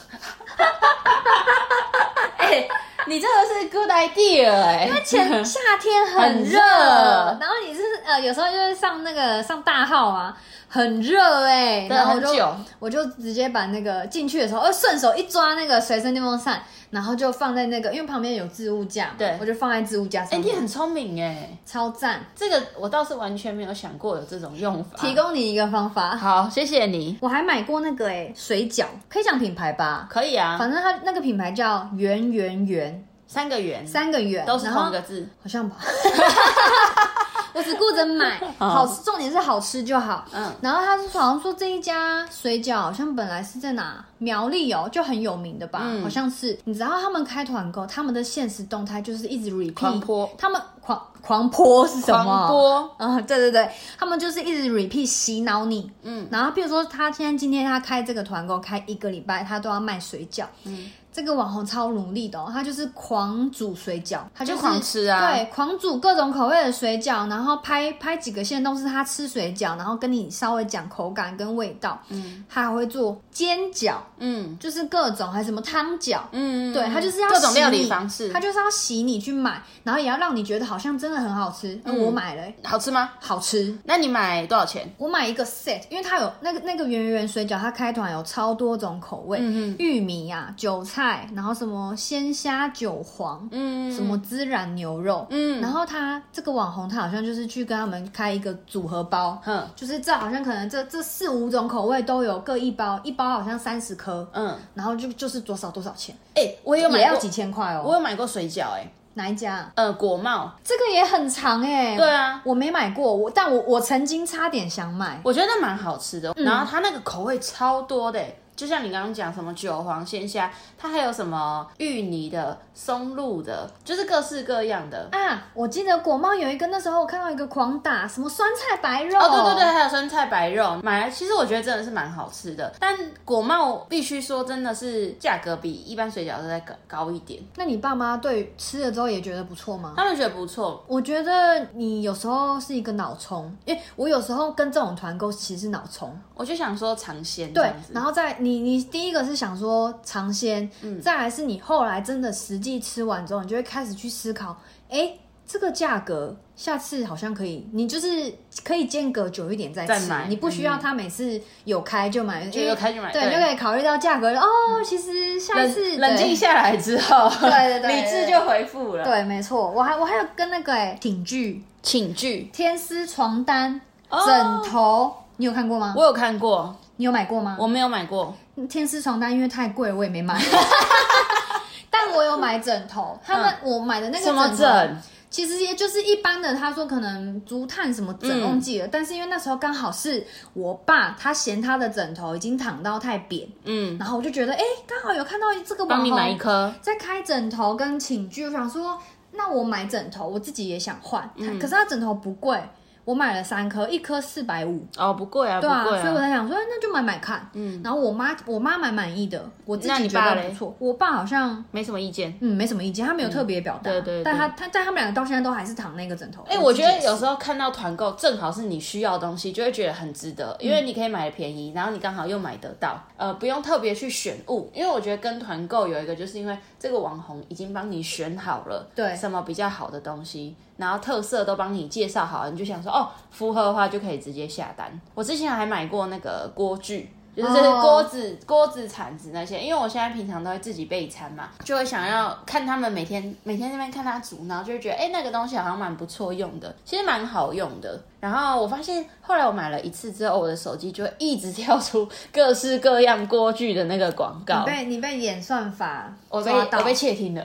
[SPEAKER 1] 你这个是 good idea 哎、 *laughs*
[SPEAKER 2] 前夏天
[SPEAKER 1] 很
[SPEAKER 2] 很热，
[SPEAKER 1] 热
[SPEAKER 2] 然后你是呃有时候就是上那个上大号啊，很热哎、
[SPEAKER 1] 等
[SPEAKER 2] 然后
[SPEAKER 1] 很
[SPEAKER 2] 我就
[SPEAKER 1] 久，
[SPEAKER 2] 我就直接把那个进去的时候，呃，顺手一抓那个随身电风扇，然后就放在那个，因为旁边有置物架嘛，
[SPEAKER 1] 对
[SPEAKER 2] 我就放在置物架
[SPEAKER 1] 哎、
[SPEAKER 2] 上
[SPEAKER 1] 你
[SPEAKER 2] 面，
[SPEAKER 1] 很聪明哎、
[SPEAKER 2] 超赞，
[SPEAKER 1] 这个我倒是完全没有想过有这种用法。
[SPEAKER 2] 提供你一个方法。
[SPEAKER 1] 好，谢谢你。
[SPEAKER 2] 我还买过那个哎、水饺，可以讲品牌吧？
[SPEAKER 1] 可以啊，
[SPEAKER 2] 反正它那个品牌叫圆圆圆，
[SPEAKER 1] 三个圆，
[SPEAKER 2] 三个圆，
[SPEAKER 1] 都是
[SPEAKER 2] 然后
[SPEAKER 1] 同一个字。
[SPEAKER 2] 好像吧。 *laughs* 我只顾着买，好吃，重点是好吃就好。
[SPEAKER 1] 嗯
[SPEAKER 2] 嗯，然后他是好像说这一家水饺好像本来是在哪苗栗哦，就很有名的吧，
[SPEAKER 1] 嗯
[SPEAKER 2] 好像是。你知道他们开团购，他们的现实动态就是一直 repeat，
[SPEAKER 1] 狂泼
[SPEAKER 2] 他们狂狂泼是什么？
[SPEAKER 1] 狂播，
[SPEAKER 2] 啊、 *laughs* 对对对，他们就是一直 repeat 洗脑你，嗯，然后譬如说他现在今天他开这个团购，开一个礼拜，他都要卖水饺，嗯，这个网红超努力的哦，他就是狂煮水饺，他
[SPEAKER 1] 就是狂吃啊
[SPEAKER 2] 对，狂煮各种口味的水饺，然后拍拍几个线都是他吃水饺，然后跟你稍微讲口感跟味道，嗯，他还会做煎饺，
[SPEAKER 1] 嗯
[SPEAKER 2] 就是各种还有什么汤饺，
[SPEAKER 1] 嗯，
[SPEAKER 2] 对，
[SPEAKER 1] 嗯
[SPEAKER 2] 他就是要
[SPEAKER 1] 各种
[SPEAKER 2] 洗
[SPEAKER 1] 料理
[SPEAKER 2] 你
[SPEAKER 1] 方式
[SPEAKER 2] 他就是要洗你去买，然后也要让你觉得好像真的很好吃，嗯，我买了欸、
[SPEAKER 1] 好吃吗？
[SPEAKER 2] 好吃。
[SPEAKER 1] 那你买多少钱？
[SPEAKER 2] 我买一个 set，因为它有那个那个圆圆水饺，它开团有超多种口味，玉米啊、韭菜菜，然后什么鲜虾韭黄，
[SPEAKER 1] 嗯，
[SPEAKER 2] 什么孜然牛肉，
[SPEAKER 1] 嗯
[SPEAKER 2] 然后他这个网红，他好像就是去跟他们开一个组合包，
[SPEAKER 1] 嗯
[SPEAKER 2] 就是这好像可能这这四五种口味都有各一包，一包好像三十颗，
[SPEAKER 1] 嗯，
[SPEAKER 2] 然后就就是多少多少钱，
[SPEAKER 1] 哎、我有
[SPEAKER 2] 也
[SPEAKER 1] 买
[SPEAKER 2] 要
[SPEAKER 1] 过，
[SPEAKER 2] 几千块
[SPEAKER 1] 我
[SPEAKER 2] 哦。
[SPEAKER 1] 有买过水饺、哎，
[SPEAKER 2] 哪一家啊？
[SPEAKER 1] 呃，果贸，
[SPEAKER 2] 这个也很长哎、
[SPEAKER 1] 对啊，
[SPEAKER 2] 我没买过，我但我我曾经差点想买，
[SPEAKER 1] 我觉得蛮好吃的，哦
[SPEAKER 2] 嗯
[SPEAKER 1] 然后它那个口味超多的、就像你刚刚讲什么韭黄鲜虾，它还有什么芋泥的、松露的，就是各式各样的。
[SPEAKER 2] 啊，我记得果贸有一个，那时候我看到一个狂打什么酸菜白肉，
[SPEAKER 1] 哦，对对对，，还有酸菜白肉，买来其实我觉得真的是蛮好吃的，但果贸必须说真的是价格比一般水饺都再高高一点，
[SPEAKER 2] 那你爸妈对吃了之后也觉得不错吗？
[SPEAKER 1] 他们觉得不错，
[SPEAKER 2] 我觉得你有时候是一个脑冲，因为我有时候跟这种团购其实是脑冲，
[SPEAKER 1] 我就想说尝鲜这
[SPEAKER 2] 对
[SPEAKER 1] 样，子，
[SPEAKER 2] 然后再你你第一个是想说尝鲜，
[SPEAKER 1] 嗯
[SPEAKER 2] 再来是你后来真的实际吃完之后，你就会开始去思考，哎，这个价格下次好像可以，你就是可以间隔久一点再吃，
[SPEAKER 1] 再买嗯
[SPEAKER 2] 你不需要它每次有开就买，
[SPEAKER 1] 就
[SPEAKER 2] 因为
[SPEAKER 1] 有开就买
[SPEAKER 2] 对，
[SPEAKER 1] 对嗯
[SPEAKER 2] 就可以考虑到价格哦。其实下次
[SPEAKER 1] 冷冷静。下来之后，
[SPEAKER 2] 对对对
[SPEAKER 1] 理智就回复了。
[SPEAKER 2] 对对，没错，我还我还有跟那个哎、挺剧
[SPEAKER 1] 请剧，
[SPEAKER 2] 天丝床单、
[SPEAKER 1] 哦
[SPEAKER 2] 枕头，你有看过吗？
[SPEAKER 1] 我有看过，
[SPEAKER 2] 你有买过吗？
[SPEAKER 1] 我没有买过，
[SPEAKER 2] 天丝床单因为太贵，我也
[SPEAKER 1] *laughs*
[SPEAKER 2] 没买。但我有买枕头，他们、我买的那个
[SPEAKER 1] 嗯什么
[SPEAKER 2] 头
[SPEAKER 1] 枕？
[SPEAKER 2] 其实也就是一般的，他说可能竹炭什么
[SPEAKER 1] 嗯
[SPEAKER 2] 枕忘记了，但是因为那时候刚好是我爸，他嫌他的枕头已经躺到太扁，
[SPEAKER 1] 嗯，
[SPEAKER 2] 然后我就觉得，哎、刚好有看到这个网
[SPEAKER 1] 帮你
[SPEAKER 2] 红
[SPEAKER 1] 买一颗。
[SPEAKER 2] 在开枕头跟寝具，我想说，那我买枕头，我自己也想换，
[SPEAKER 1] 嗯
[SPEAKER 2] 可是它枕头不贵，我买了三颗，一颗四百五。
[SPEAKER 1] 哦，不贵啊，
[SPEAKER 2] 对啊，
[SPEAKER 1] 不贵
[SPEAKER 2] 所以我
[SPEAKER 1] 啊。
[SPEAKER 2] 在想说，那就买买看。嗯，然后我妈我妈蛮满意的，我自
[SPEAKER 1] 那
[SPEAKER 2] 己
[SPEAKER 1] 你
[SPEAKER 2] 觉
[SPEAKER 1] 爸
[SPEAKER 2] 得
[SPEAKER 1] 嘞
[SPEAKER 2] 不错。我爸好像
[SPEAKER 1] 没什么意见。
[SPEAKER 2] 嗯没什么意见，他没有特别表达。
[SPEAKER 1] 对对对
[SPEAKER 2] 但他他但他们两个到现在都还是躺那个枕头。
[SPEAKER 1] 哎、
[SPEAKER 2] 哎
[SPEAKER 1] 我觉得有时候看到团购，正好是你需要的东西，就会觉得很值得，因为你可以买的便
[SPEAKER 2] 嗯
[SPEAKER 1] 宜，然后你刚好又买得到，呃，不用特别去选物，因为我觉得跟团购有一个，就是因为这个网红已经帮你选好了，
[SPEAKER 2] 对
[SPEAKER 1] 什么比较好的东西，然后特色都帮你介绍好了，你就想说，哦，符合的话就可以直接下单。我之前还买过那个锅具。就是
[SPEAKER 2] 哦
[SPEAKER 1] 锅子、锅子、铲子那些，因为我现在平常都会自己备餐嘛，就会想要看他们每天每天那边看他煮，然后就会觉得，哎、那个东西好像蛮不错用的，其实蛮好用的。然后我发现，后来我买了一次之后，我的手机就会一直跳出各式各样锅具的那个广告，
[SPEAKER 2] 被你被演算法
[SPEAKER 1] 我被
[SPEAKER 2] 抓到
[SPEAKER 1] 我被窃听了。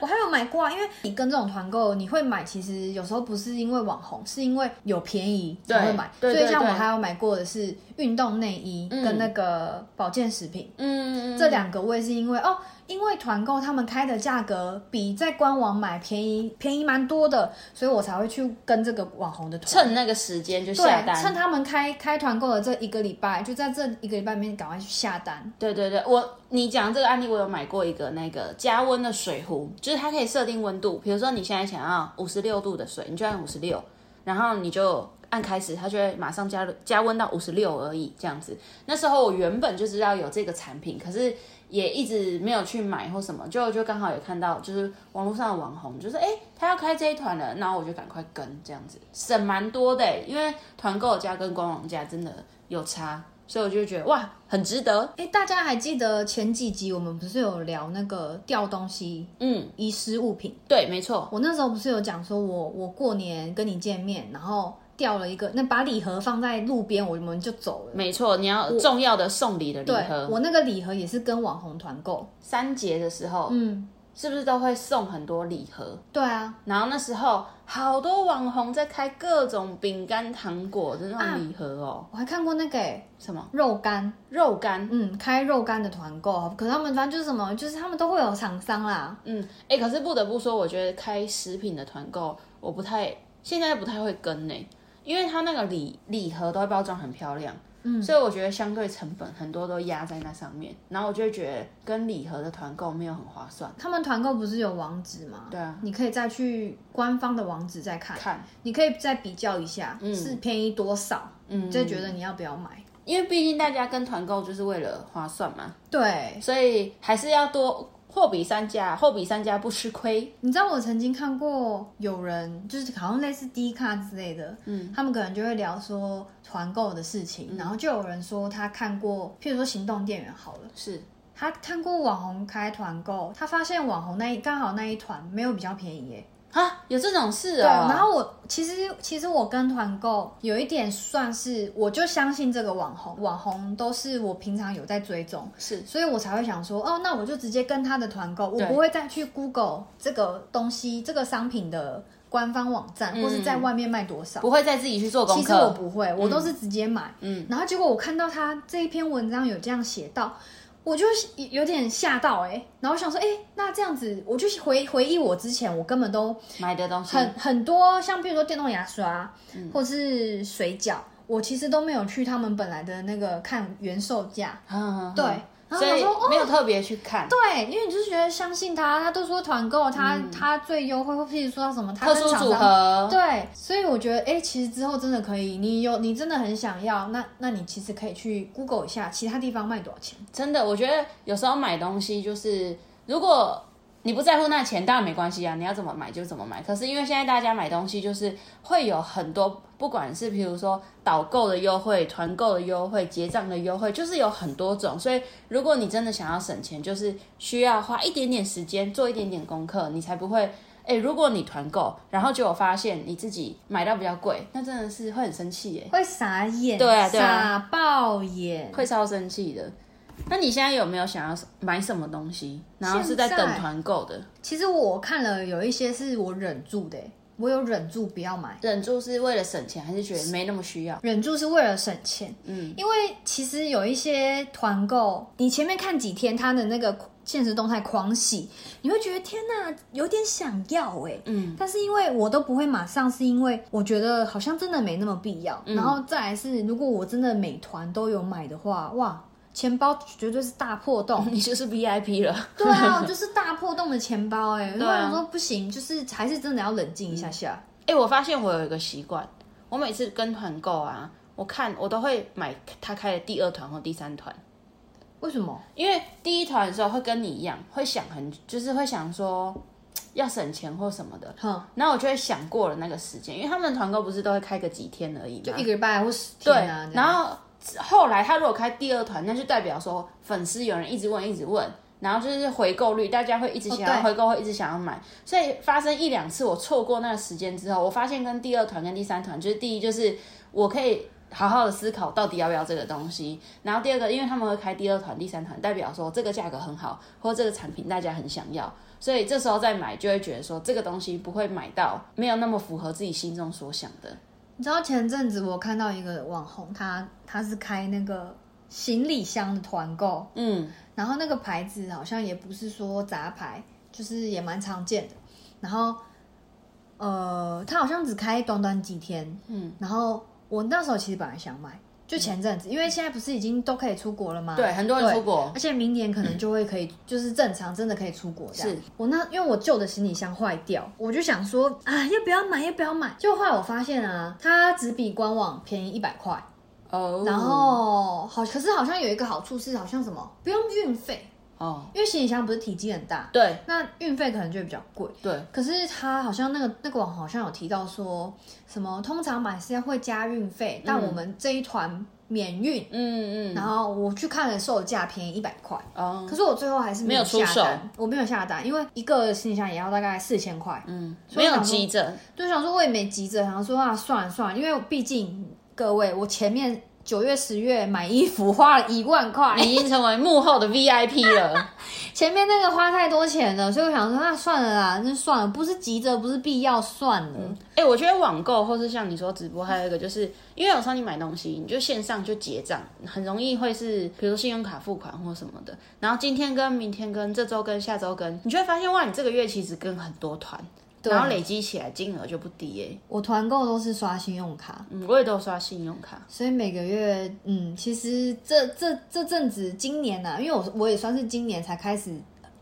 [SPEAKER 2] 我还有买过啊，因为你跟这种团购，你会买，其实有时候不是因为网红，是因为有便宜才会买。
[SPEAKER 1] 对对
[SPEAKER 2] 所以像
[SPEAKER 1] 对
[SPEAKER 2] 我还有买过的是运动内衣跟那个保健食品，
[SPEAKER 1] 嗯，
[SPEAKER 2] 这两个我也是因为哦，因为团购他们开的价格比在官网买便宜，便宜蛮多的，所以我才会去跟这个网红的团。
[SPEAKER 1] 趁那个时间就下
[SPEAKER 2] 对，
[SPEAKER 1] 单，
[SPEAKER 2] 趁他们开开团购的这一个礼拜，就在这一个礼拜里面赶快去下单。
[SPEAKER 1] 对对对，我你讲这个案例，我有买过一个那个加温的水壶，就是它可以设定温度，比如说你现在想要五十六度的水，你就按五十六，然后你就按开始，它就会马上加热加温到五十六呃而已，这样子。那时候我原本就知道有这个产品，可是也一直没有去买或什么，就就刚好有看到，就是网络上的网红，就是哎、诶他要开这一团了，然后我就赶快跟这样子，省蛮多的、因为团购价跟官网价真的有差，所以我就觉得哇，很值得。
[SPEAKER 2] 哎，大家还记得前几集我们不是有聊那个掉东西
[SPEAKER 1] 嗯，
[SPEAKER 2] 遗失物品？
[SPEAKER 1] 对，没错，
[SPEAKER 2] 我那时候不是有讲说我我过年跟你见面，然后掉了一个那把礼盒放在路边，我们就走了。
[SPEAKER 1] 没错，你要重要的送礼的礼
[SPEAKER 2] 对，
[SPEAKER 1] 盒，
[SPEAKER 2] 我那个礼盒也是跟网红团购。
[SPEAKER 1] 三节的时候、
[SPEAKER 2] 嗯，
[SPEAKER 1] 是不是都会送很多礼盒？
[SPEAKER 2] 对啊，
[SPEAKER 1] 然后那时候好多网红在开各种饼干、糖果的那种礼盒哦，
[SPEAKER 2] 我还看过那个、欸、
[SPEAKER 1] 什么
[SPEAKER 2] 肉干，
[SPEAKER 1] 肉干，
[SPEAKER 2] 嗯，开肉干的团购，可是他们反正就是什么，就是他们都会有厂商啦。
[SPEAKER 1] 嗯，哎、可是不得不说，我觉得开食品的团购，我不太现在不太会跟呢、因为它那个礼礼盒都会包装很漂亮，嗯，所以我觉得相对成本很多都压在那上面，然后我就会觉得跟礼盒的团购没有很划算，
[SPEAKER 2] 他们团购不是有网址吗？
[SPEAKER 1] 对啊，
[SPEAKER 2] 你可以再去官方的网址再看，
[SPEAKER 1] 看。
[SPEAKER 2] 你可以再比较一下、是便宜多少，
[SPEAKER 1] 嗯
[SPEAKER 2] 你就觉得你要不要买。
[SPEAKER 1] 因为毕竟大家跟团购就是为了划算嘛，
[SPEAKER 2] 对，
[SPEAKER 1] 所以还是要多货比三家，货比三家不吃亏。
[SPEAKER 2] 你知道我曾经看过有人，就是好像类似 D 卡之类的，嗯，他们可能就会聊说团购的事情，然后就有人说他看过，譬如说行动电源好了，
[SPEAKER 1] 是，
[SPEAKER 2] 他看过网红开团购，他发现网红那一刚好那一团没有比较便宜耶。
[SPEAKER 1] 啊，有这种事
[SPEAKER 2] 对，
[SPEAKER 1] 啊、
[SPEAKER 2] 然后我其实其实我跟团购有一点算是，我就相信这个网红，网红都是我平常有在追踪，
[SPEAKER 1] 是
[SPEAKER 2] 所以我才会想说，哦，那我就直接跟他的团购，我
[SPEAKER 1] 对
[SPEAKER 2] 不会再去 Google 这个东西这个商品的官方网站，
[SPEAKER 1] 嗯
[SPEAKER 2] 或是在外面卖多少。
[SPEAKER 1] 不会再自己去做功
[SPEAKER 2] 其实我
[SPEAKER 1] 课。
[SPEAKER 2] 不会，我都是直接买。嗯，然后结果我看到他这一篇文章有这样写到，我就有点吓到哎、然后想说，哎、那这样子，我就回回忆我之前，我根本都
[SPEAKER 1] 买的东西
[SPEAKER 2] 很很多，像比如说电动牙刷，啊
[SPEAKER 1] 嗯
[SPEAKER 2] 或是水饺，我其实都没有去他们本来的那个看原售价。
[SPEAKER 1] 嗯，
[SPEAKER 2] 对
[SPEAKER 1] 对，
[SPEAKER 2] 然后
[SPEAKER 1] 所以
[SPEAKER 2] 想说哦
[SPEAKER 1] 没有特别去看。
[SPEAKER 2] 对，因为你就是觉得相信他，他都说团购，他、他最优惠，或譬如说到什么，他
[SPEAKER 1] 特
[SPEAKER 2] 跟
[SPEAKER 1] 殊
[SPEAKER 2] 厂
[SPEAKER 1] 嗯组
[SPEAKER 2] 商。
[SPEAKER 1] 合，
[SPEAKER 2] 对，所以我觉得，哎、其实之后真的可以，你有你真的很想要，那那你其实可以去 Google 一下，其他地方卖多少钱。
[SPEAKER 1] 真的，我觉得有时候买东西就是，如果你不在乎那钱，当然没关系啊，你要怎么买就怎么买。可是因为现在大家买东西就是会有很多，不管是比如说导购的优惠、团购的优惠、结账的优惠，就是有很多种。所以如果你真的想要省钱，就是需要花一点点时间做一点点功课，你才不会。哎、如果你团购，然后结果发现你自己买到比较贵，那真的是会很生气耶、
[SPEAKER 2] 会傻眼，
[SPEAKER 1] 对啊对
[SPEAKER 2] 傻
[SPEAKER 1] 啊
[SPEAKER 2] 爆眼。
[SPEAKER 1] 会超生气的。那你现在有没有想要买什么东西？然后是在等团购的，
[SPEAKER 2] 其实我看了有一些是我忍住的、诶我有忍住不要买。
[SPEAKER 1] 忍住是为了省钱，还是觉得没那么需要？ *laughs*
[SPEAKER 2] 忍住是为了省钱，嗯，因为其实有一些团购，你前面看几天它的那个现实动态狂喜，你会觉得天哪，有点想要哎、嗯，但是因为我都不会马上，是因为我觉得好像真的没那么必要。然后再来是，如果我真的每团都有买的话，哇，钱包绝对是大破洞， *laughs*
[SPEAKER 1] 你就是 VIP 了，
[SPEAKER 2] 对啊，就是大破洞的钱包哎、欸。我
[SPEAKER 1] 对啊
[SPEAKER 2] 想说不行，就是还是真的要冷静一下下。
[SPEAKER 1] 哎、我发现我有一个习惯，我每次跟团购啊，我看我都会买他开的第二团或第三团，
[SPEAKER 2] 为什么？
[SPEAKER 1] 因为第一团的时候会跟你一样，会想很，就是会想说要省钱或什么的。
[SPEAKER 2] 哼，
[SPEAKER 1] 然后我就会想过了那个时间，因为他们团购不是都会开个几天而已嘛，
[SPEAKER 2] 就一个礼拜或十天啊。这样
[SPEAKER 1] 嗯然后后来他如果开第二团，那就代表说粉丝有人一直问，一直问，然后就是回购率，大家会一直想
[SPEAKER 2] 哦对
[SPEAKER 1] 要回购，会一直想要买。所以发生一两次我错过那个时间之后，我发现跟第二团跟第三团，就是第一就是我可以。好好的思考到底要不要这个东西，然后第二个，因为他们会开第二团、第三团，代表说这个价格很好，或这个产品大家很想要，所以这时候再买就会觉得说这个东西不会买到没有那么符合自己心中所想的。
[SPEAKER 2] 你知道前阵子我看到一个网红，他他是开那个行李箱的团购，
[SPEAKER 1] 嗯，
[SPEAKER 2] 然后那个牌子好像也不是说杂牌，就是也蛮常见的。然后，呃，他好像只开短短几天，嗯。然后我那时候其实本来想买，就前阵子，因为现在不是已经都可以出国了吗？
[SPEAKER 1] 对，很多人出国，
[SPEAKER 2] 而且明年可能就会可以，就是正常真的可以出国这样。
[SPEAKER 1] 是
[SPEAKER 2] 我那因为我旧的行李箱坏掉，我就想说啊，要不要买？要不要买？就后来我发现啊，它只比官网便宜一百块，
[SPEAKER 1] 哦，
[SPEAKER 2] 然后好，可是好像有一个好处是，好像什么不用运费，
[SPEAKER 1] 哦，
[SPEAKER 2] 因为行李箱不是体积很大，
[SPEAKER 1] 对
[SPEAKER 2] 那运费可能就会比较贵。
[SPEAKER 1] 对，
[SPEAKER 2] 可是他好像那个那个网红好像有提到说什么，通常买是会加运费，但我们这一团免运。
[SPEAKER 1] 嗯嗯，
[SPEAKER 2] 然后我去看了售价，便宜一百块。
[SPEAKER 1] 哦，
[SPEAKER 2] 可是我最后还是有
[SPEAKER 1] 没有出
[SPEAKER 2] 下单
[SPEAKER 1] 手，
[SPEAKER 2] 我没有下单，因为一个行李箱也要大概四千块，
[SPEAKER 1] 嗯，
[SPEAKER 2] 所
[SPEAKER 1] 没
[SPEAKER 2] 以
[SPEAKER 1] 有
[SPEAKER 2] 想说
[SPEAKER 1] 急着，
[SPEAKER 2] 就想说我也没急着，想说啊算了算了，因为毕竟各位我前面九月十月买衣服花了一万块，
[SPEAKER 1] 你已经成为幕后的 VIP 了，
[SPEAKER 2] 前面那个花太多钱了，所以我想说那啊算了啦，那算了，不是急着，不是必要，算了。
[SPEAKER 1] *laughs* 哎、我觉得网购或是像你说直播，还有一个就是，因为有时候你买东西，你就线上就结账，很容易会是，比如信用卡付款或什么的。然后今天跟明天跟这周跟下周跟，你就会发现哇，你这个月其实跟很多团，然后累积起来金额就不低耶、
[SPEAKER 2] 我团购都是刷信用卡，
[SPEAKER 1] 嗯，我也都有刷信用卡，
[SPEAKER 2] 所以每个月，嗯，其实这这这阵子今年呐、啊，因为我我也算是今年才开始，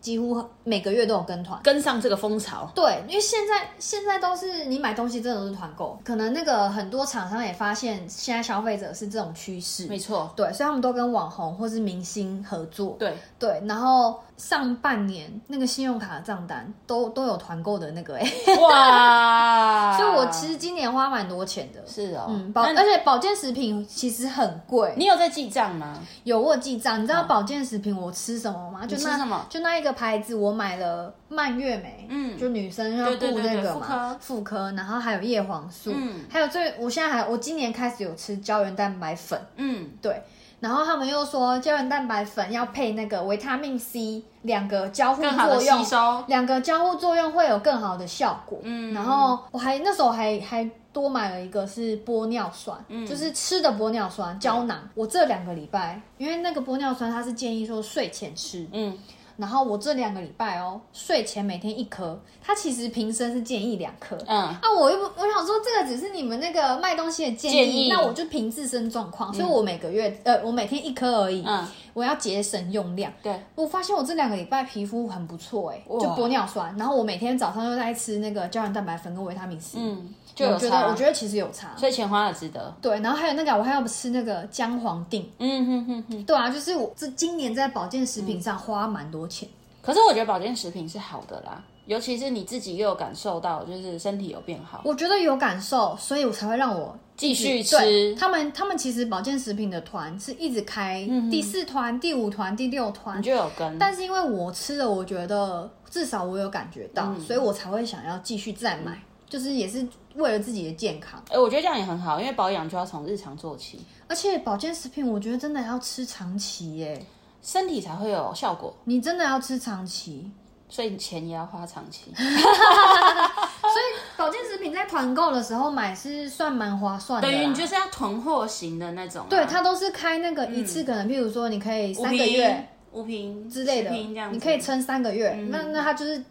[SPEAKER 2] 几乎每个月都有跟团。
[SPEAKER 1] 跟上这个风潮。
[SPEAKER 2] 对，因为现在现在都是你买东西真的都是团购，可能那个很多厂商也发现现在消费者是这种趋势，
[SPEAKER 1] 没错，
[SPEAKER 2] 对，所以他们都跟网红或是明星合作，
[SPEAKER 1] 对，
[SPEAKER 2] 对，然后上半年那个信用卡的账单都都有团购的那个哎、
[SPEAKER 1] 啊哇！ *laughs*
[SPEAKER 2] 所以我其实今年花蛮多钱的。
[SPEAKER 1] 是哦，
[SPEAKER 2] 嗯，保而且保健食品其实很贵，
[SPEAKER 1] 你有在记账吗？
[SPEAKER 2] 有我有记账。你知道保健食品我吃什么吗？就
[SPEAKER 1] 吃
[SPEAKER 2] 那
[SPEAKER 1] 什么
[SPEAKER 2] 就那一个牌子，我买了蔓越莓，
[SPEAKER 1] 嗯
[SPEAKER 2] 就女生要
[SPEAKER 1] 对对
[SPEAKER 2] 顾
[SPEAKER 1] 对
[SPEAKER 2] 那
[SPEAKER 1] 对
[SPEAKER 2] 个嘛，妇科，然后还有叶黄素，
[SPEAKER 1] 嗯
[SPEAKER 2] 还有最我现在还我今年开始有吃胶原蛋白粉，
[SPEAKER 1] 嗯，
[SPEAKER 2] 对。然后他们又说胶原蛋白粉要配那个维他命 C，两个交互
[SPEAKER 1] 更好的
[SPEAKER 2] 作用
[SPEAKER 1] 吸，收。
[SPEAKER 2] 两个交互作用会有更好的效果。
[SPEAKER 1] 嗯
[SPEAKER 2] 然后我还那时候还还多买了一个是玻尿酸，
[SPEAKER 1] 嗯
[SPEAKER 2] 就是吃的玻尿酸胶囊。我这两个礼拜，因为那个玻尿酸它是建议说睡前吃，
[SPEAKER 1] 嗯，
[SPEAKER 2] 然后我这两个礼拜哦，睡前每天一颗，它其实瓶身是建议两颗。
[SPEAKER 1] 嗯，
[SPEAKER 2] 啊，我又不，我想说这个只是你们那个卖东西的建议，
[SPEAKER 1] 建议
[SPEAKER 2] 那我就凭自身状况，所以我每个月呃，我每天一颗而已，
[SPEAKER 1] 嗯
[SPEAKER 2] 我要节省用量。
[SPEAKER 1] 对，
[SPEAKER 2] 我发现我这两个礼拜皮肤很不错哎、
[SPEAKER 1] 哇
[SPEAKER 2] 就玻尿酸，然后我每天早上又在吃那个胶原蛋白粉跟维他命 C，、
[SPEAKER 1] 嗯，就有
[SPEAKER 2] 我觉
[SPEAKER 1] 差。
[SPEAKER 2] 得我觉得其实有差。
[SPEAKER 1] 所以钱花了值得。
[SPEAKER 2] 对，然后还有那个我还要吃那个姜黄定，
[SPEAKER 1] 嗯哼哼哼。
[SPEAKER 2] 对啊，就是我这今年在保健食品上花蛮多钱，
[SPEAKER 1] 可是我觉得保健食品是好的啦，尤其是你自己又有感受到，就是身体有变好，
[SPEAKER 2] 我觉得有感受，所以我才会让我
[SPEAKER 1] 继续
[SPEAKER 2] 对
[SPEAKER 1] 吃，
[SPEAKER 2] 他们，他们其实保健食品的团是一直开第四团、第五团、第六团
[SPEAKER 1] 你，就有跟。
[SPEAKER 2] 但是因为我吃了，我觉得至少我有感觉
[SPEAKER 1] 嗯
[SPEAKER 2] 到，所以我才会想要继续再买，就是也是为了自己的健康。
[SPEAKER 1] 哎、我觉得这样也很好，因为保养就要从日常做起，
[SPEAKER 2] 而且保健食品，我觉得真的要吃长期耶，
[SPEAKER 1] 身体才会有效果。
[SPEAKER 2] 你真的要吃长期。
[SPEAKER 1] 所以钱也要花长期。
[SPEAKER 2] 啊所以保健食品在团购的时候买是算蛮划算的
[SPEAKER 1] 等
[SPEAKER 2] 啦，
[SPEAKER 1] 于你就是要囤货型的那种啊、
[SPEAKER 2] 对它都是开那个一次，可能譬如说你可以
[SPEAKER 1] 五
[SPEAKER 2] 三
[SPEAKER 1] 瓶
[SPEAKER 2] 个月。
[SPEAKER 1] 五瓶
[SPEAKER 2] 之类的，
[SPEAKER 1] 十瓶这样子嗯
[SPEAKER 2] 你可以撑三个月。那那他就是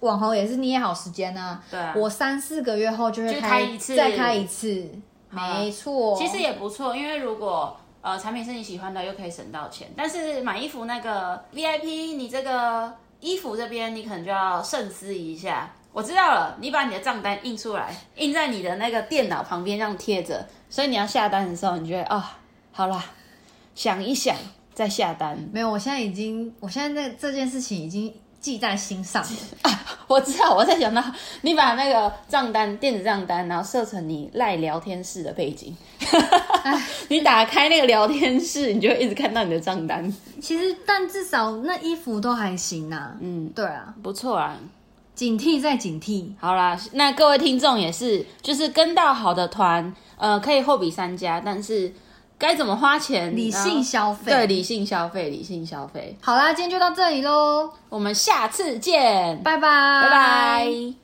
[SPEAKER 2] 网红也是捏好时间啊。
[SPEAKER 1] 对啊
[SPEAKER 2] 我三四个月后就会
[SPEAKER 1] 就
[SPEAKER 2] 开
[SPEAKER 1] 开一次
[SPEAKER 2] 再开一次，
[SPEAKER 1] 啊
[SPEAKER 2] 没错。
[SPEAKER 1] 其实也不错，因为如果呃产品是你喜欢的，又可以省到钱。但是买衣服那个 VIP，你这个衣服这边你可能就要慎思一下。我知道了，你把你的账单印出来，印在你的那个电脑旁边这样贴着，所以你要下单的时候，你觉得啊、好啦，想一想再下单。
[SPEAKER 2] 没有，我现在已经，我现在这这件事情已经记在心上了。
[SPEAKER 1] 我知道，我在想到你把那个账单电子账单，然后设成你赖聊天室的背景， *laughs* 你打开那个聊天室，你就会一直看到你的账单。
[SPEAKER 2] 其实，但至少那衣服都还行啊。嗯，对啊，
[SPEAKER 1] 不错啊，
[SPEAKER 2] 警惕再警惕。
[SPEAKER 1] 好啦，那各位听众也是，就是跟到好的团，呃，可以货比三家，但是该怎么花钱，
[SPEAKER 2] 理性
[SPEAKER 1] 然后
[SPEAKER 2] 消费
[SPEAKER 1] 对，理性消费，理性消费。
[SPEAKER 2] 好啦，今天就到这里喽，
[SPEAKER 1] 我们下次见，
[SPEAKER 2] 拜拜，
[SPEAKER 1] 拜
[SPEAKER 2] 拜
[SPEAKER 1] 拜